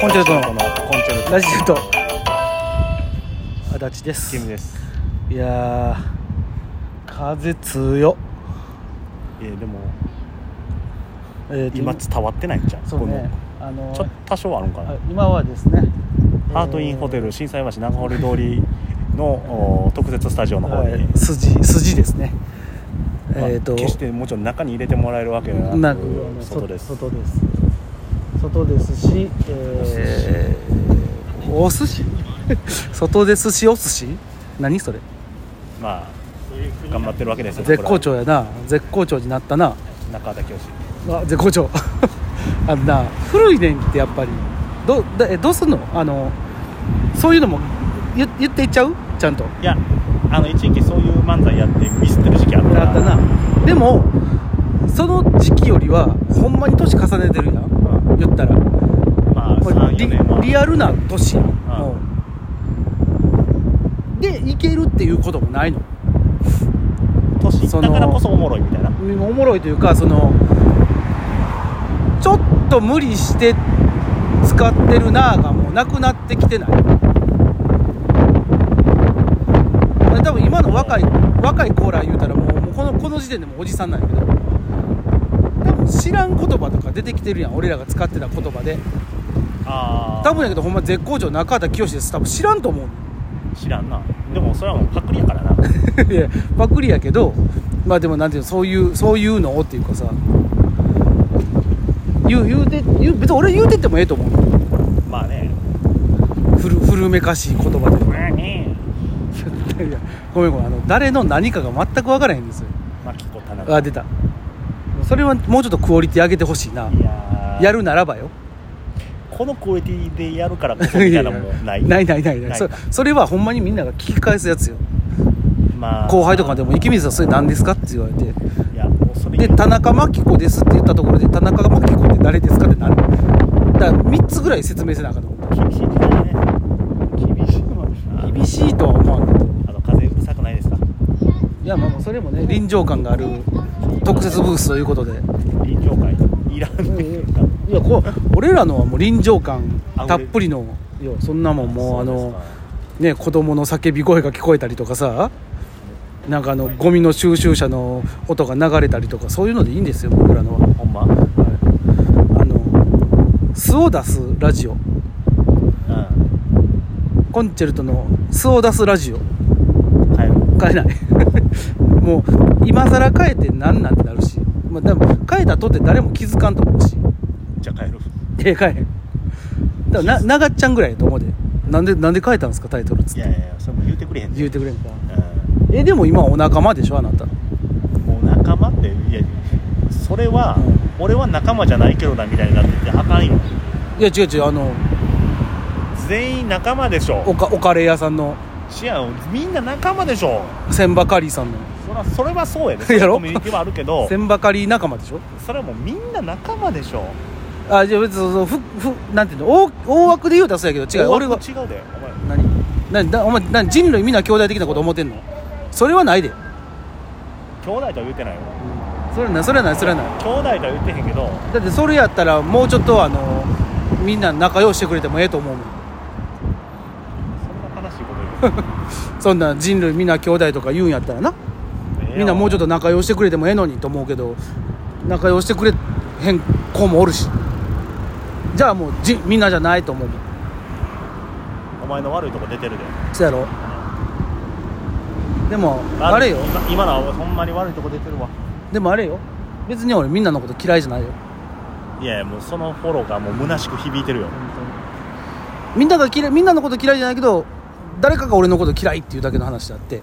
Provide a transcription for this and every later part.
コンチェルトののコンチェルトラジオと足立でキすムですいやー風強いやでもえーと今伝わってないんじゃんそうねこあののちょっと多少はあるんかなあ今はですねハートインホテル心斎橋長堀通りのお特設スタジオの方に、はい筋筋ですねまあえっと決してもちろん中に入れてもらえるわけではななく外です外です外ですし、えーお寿司外ですしお寿司何それまあ頑張ってるわけですよ絶好こ調やな絶好調になったなれは中田清あ絶好調 あのな古いねんってやっぱりどだえどうすんのあのそういうのも言言っていっちゃうちゃんといやあの一時期そういう漫才やってミスってる時期あったあったなでもその時期よりはほんまに年重ねてるやんうん言ったらまあこれ34リ年はリアルな年やんあもうでいけるっていうこともないの年いったからこそおもろいみたいなおもろいというかそのちょっと無理して使ってるなあがもうなくなってきてないこれ多分今の若い若いコーラ言うたらもうもうこのこの時点でもうおじさんなんやけど多分知らん言葉とか出てきてるやん俺らが使ってた言葉でああ多分やけどほんま絶好調中畑清です多分知らんと思うねん知らんなでもそれはもうパクリやか らないやパクリやけどまあでもなんていうのそういうそういうのをっていうかさ言う言うて言う別に俺言うてってもええと思まあねう古古めかしい言葉まあねで いやごめんごめんあの誰の何かが全く分からへんんですよマキコ田中あ出たそれはもうちょっとクオリティ上げてほしいないやーやるならばよこのクオリティでやるからこそみたいなもんもない ないないないないないそそれはほんまにみんなが聞き返すやつよまあ後輩とかでも「池水さんそれ何ですか?」って言われていやもうそれで田中真紀子ですって言ったところで田中真紀子って誰ですかってなるだから3つぐらい説明せなあかんと思厳しい時代だね厳しいもんう厳しいとは思わんけどあの風うるさくないですかいやまあまあそれもね臨場感がある特設ブースということで臨場会いらんっていうかいやこう俺らのはもう臨場感たっぷりのいやそんなもんもうあそですのかね子供の叫び声が聞こえたりとかさなんかあのゴミの収集車の音が流れたりとかそういうのでいいんですよ僕らのは、はい、ほんまうんあの素を出すラジオコンチェルトの素を出すラジオ帰る変えない もう今更変えて何なんてなるし、まあ、でも変えたとって誰も気づかんと思うしじゃあ帰るいや変えへんだからな長っちゃんぐらいやと思うでなんでなんで変えたんですかタイトルっつっいてやいやいやそれも言うてくれへん言ううてくれんかえでも今お仲間でしょあなたんもう仲間っていやそれは俺は仲間じゃないけどなみたいになっててあかんよいや違う違うあの全員仲間でしょおかおカレー屋さんの違うみんな仲間でしょ千ばかりさんのそらそれはそうやで、やろコミュニティはあるけど千ばかり仲間でしょそれはもうみんな仲間でしょあじゃあ別にそのふふなんていうの大大枠で言うたらそうやけど違う俺が大枠違うでお前何何だお前何人類みんな兄弟的なこと思ってんのそれはないで、兄弟とは言ってないよそれはないそれはないそれはない兄弟とは言ってへんけどだってそれやったらもうちょっとあのみんな仲良うしてくれてもええと思うもんそんな悲しいこと言うそんな人類みんな兄弟とか言うんやったらな みんなもうちょっとと仲良うしてくれてもええのにと思うけど仲良うしてくれへん子もおるしじゃあもうじみんなじゃないと思うもんお前の悪いとこ出てるでそやろでもあれよ今今のはほんまに悪いとこ出てるわでもあれよ別に俺みんなのこと嫌いじゃないよいやいやもうそのフォローがもう虚しく響いてるよみんなが嫌いみんなのこと嫌いじゃないけど誰かが俺のこと嫌いっていうだけの話であって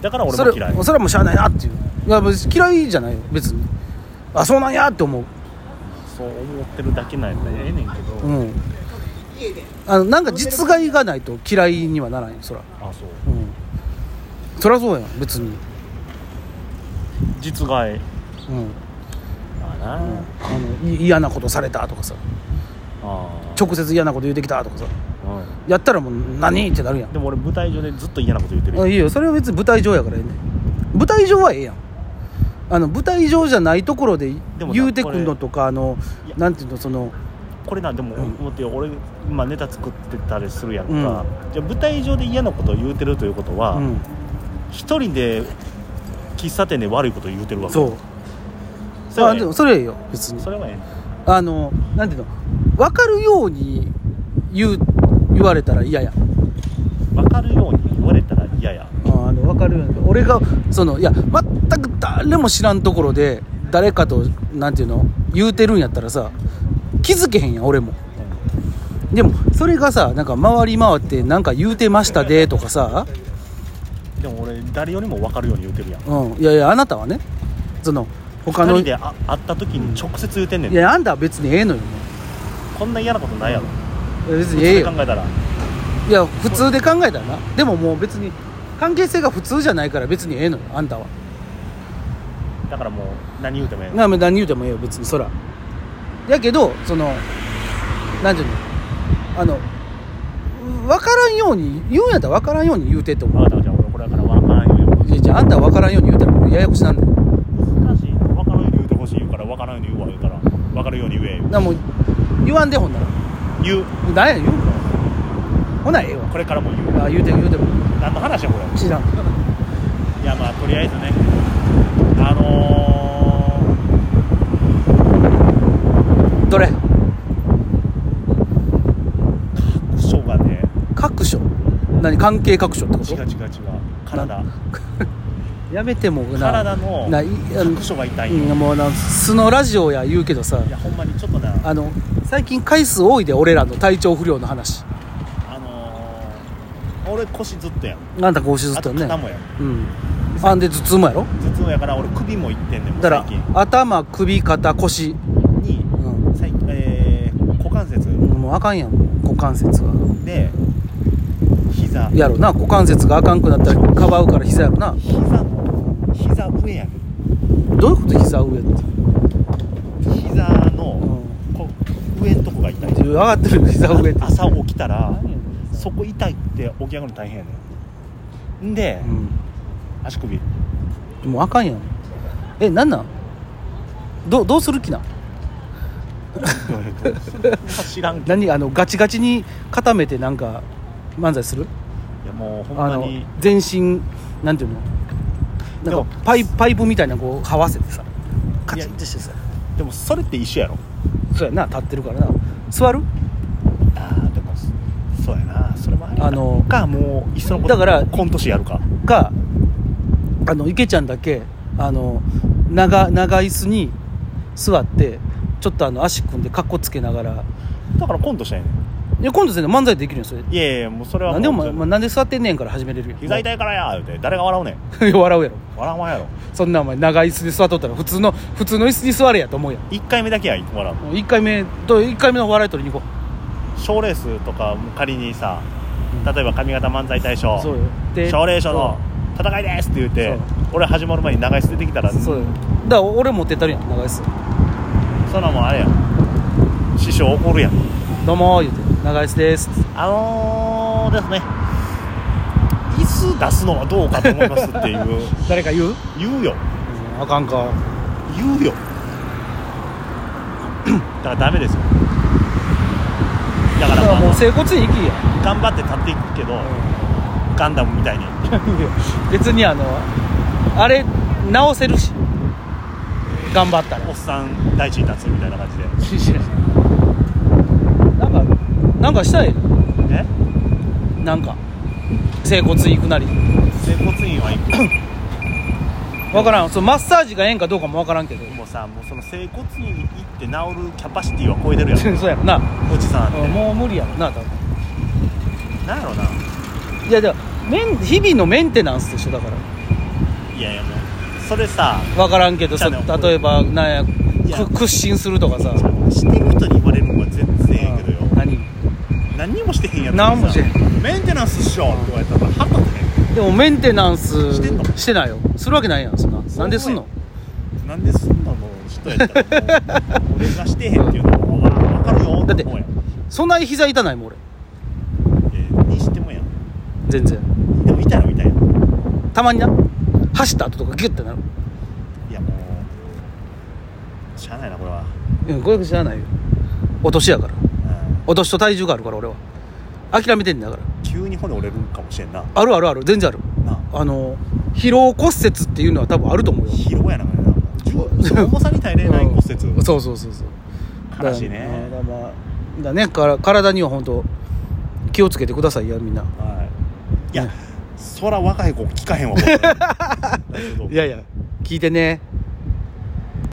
だから俺そも嫌いれそれはもうしゃあないなっていういや別に嫌いじゃないよ別にあそうなんやって思うそう思ってるだけなんやったらええねんけど、うんあのなんか実害がないと嫌いにはならないそらあそううんそらそうやん別に実害うんまあな、あのい嫌なことされたとかさああ直接嫌なこと言うてきたとかさうやったらもう何ってなるやんんでも俺舞台上でずっと嫌なこと言ってるよあいいよそれは別に舞台上やからええねん舞台上はええやんあの舞台上じゃないところででもな言うてくんのとかあのいやなんていうのそのこれなでもうん思ってよ俺今ネタ作ってたりするやんか、うんじゃあ舞台上で嫌なことを言うてるということはうん、一、人で喫茶店で悪いことを言うてるわけそうそれはあええでもそれはいいよ別にそれはえあのなんていうの分かるように言う言われたら嫌やえ分かるように言われたら嫌やああの分かるように俺がそのいや全く誰も知らんところで誰かとなんていうの言うてるんやったらさ気づけへんやん俺もでもそれがさなんか回り回ってなんか言うてましたでとかさでも俺誰よりも分かるように言うてるやんうんいやいやあなたはねその他2の人であ会った時に直接言うてんねん、いやあんたは別にええのよもこんな嫌なことないやろ、ういや別普に通ええでよ考えたらいや普通で考えたらなでももう別に関係性が普通じゃないから別にええのよあんたはだからもう何言うてもええのな何言うてもええよ別にそらやけどその何ていうのあの分からんように言うんやったら分からんように言うてって思分かったじゃあ俺これから分からんように言うういやじゃああんたは分からんように言うたらもうややこしなんだよだか難しい分からんように言うてほしい言うから分からんように言うわ言うたら分かるように言えらもう言わんでほんなら言う何や言うんかほなええわこれからも言うあ言うても言うても何の話やこれ知らんいやまあとりあえずねあのどれー、書がね各所何関係各所ってこ違う違とう違う体やめてもうな体のないあの各所が痛いよ、うんもうな素のラジオや言うけどさいやほんまにちょっとなあの最近回数多いで俺らの体調不良の話あのー、俺腰ずっとやんあんた腰ずっあととね肩もやんうんあんで頭痛もやろ頭痛もやから俺首もいってんねんもうだか最ら近頭首肩腰にうん最近えー、股関節もうあかんやん股関節がで膝やろな股関節があかんくなったらかばうから膝やろな膝も膝上やねどういうこと膝上って、ん膝のこう上んとこが痛い上がってるの膝上って朝起きたら何やねんそこ痛いって起き上がるの大変やねんんで、足 首うんもうあかんやんえなんなんどうどうする気なん知らんけど何あのガチガチに固めてなんか漫才するいやもうほんあまのに全身なんていうのでなんもかパイパイプみたいなのこうはわせてさカチいッやてしてさでもそれって一緒やろそうやな立ってるからな座るああでもそうやなそれもありあのかもういっそのこだとからコント師やるかかあの池ちゃんだけあの長長椅子に座ってちょっとあの足組んでかっこつけながらだからコントしたいねいや今度全然漫才できるよそれんいやいやもうそれはなんでお前、お前うなんで座ってんねんから始めれるやん膝痛いからや言うて誰が笑うねんいや笑うや ろ笑わんやろそんなお前長椅子で座っとったら普通の普通の椅子に座れやと思うやん1回目だけや笑う1回目と一回目の笑い取りに行こ賞レースとかも仮にさう例えば上方漫才大賞そうよで奨励賞の戦いですって言って俺始まる前に長居捨ててきたらそうそうそよだから俺持ってったるやん長椅子んなもんあれやん師匠怒るやんどうもー言うて「長椅子です」っつってあのー、ですね椅子出すのはどうかと思いますっていう誰か言う、言うよあかんか言うよだからダメですよだだかかららももうう整骨院行きや、頑張って立っていくけどガンダムみたいに別にあのあれ直せるし頑張ったらおっさん大地に立つみたいな感じでなんかなんかしたいえなんか整骨院行くなり整骨院は行く分からんそのマッサージがええんかどうかも分からんけどもうさもうその整骨院行って治るキャパシティは超えて るやん そうやろなおじさんってもう無理やろな多分なんやろないやだからメン日々のメンテナンスでしょだからいやいやもうそれさ分からんけどさじゃあね例えばなんいややく屈伸するとかさしてる人に言われるのは全然ええけどよ何何にもしてへんやつに何もしてへんメンテナンスっしょって言われたら腹立てへでもメンテナンスしてんのしてないよするわけないやんそんなそうなんですんのんなんでそんなの人やったらもう俺がしてへんっていうのは分かるよって思うやん そんなに膝痛ないもん俺えーにしてもやん全然でもいたらみたいなたまにな走った後とかギュッてなるいやもうしゃあないなこれはうんこれ知らないよお年やからうんお年と体重があるから俺は諦めてんだから急に骨折れるかもしれんななあるあるある全然あるああの疲労骨折っていうのは多分あると思うよ疲労やなこれな重重さに耐えれない骨折うんそうそうそうそう悲しいだからねだからまあだねから体には本当気をつけてくださいよみんなはいいやうんそら若い子聞かへんわ僕だけど いやいや聞いてね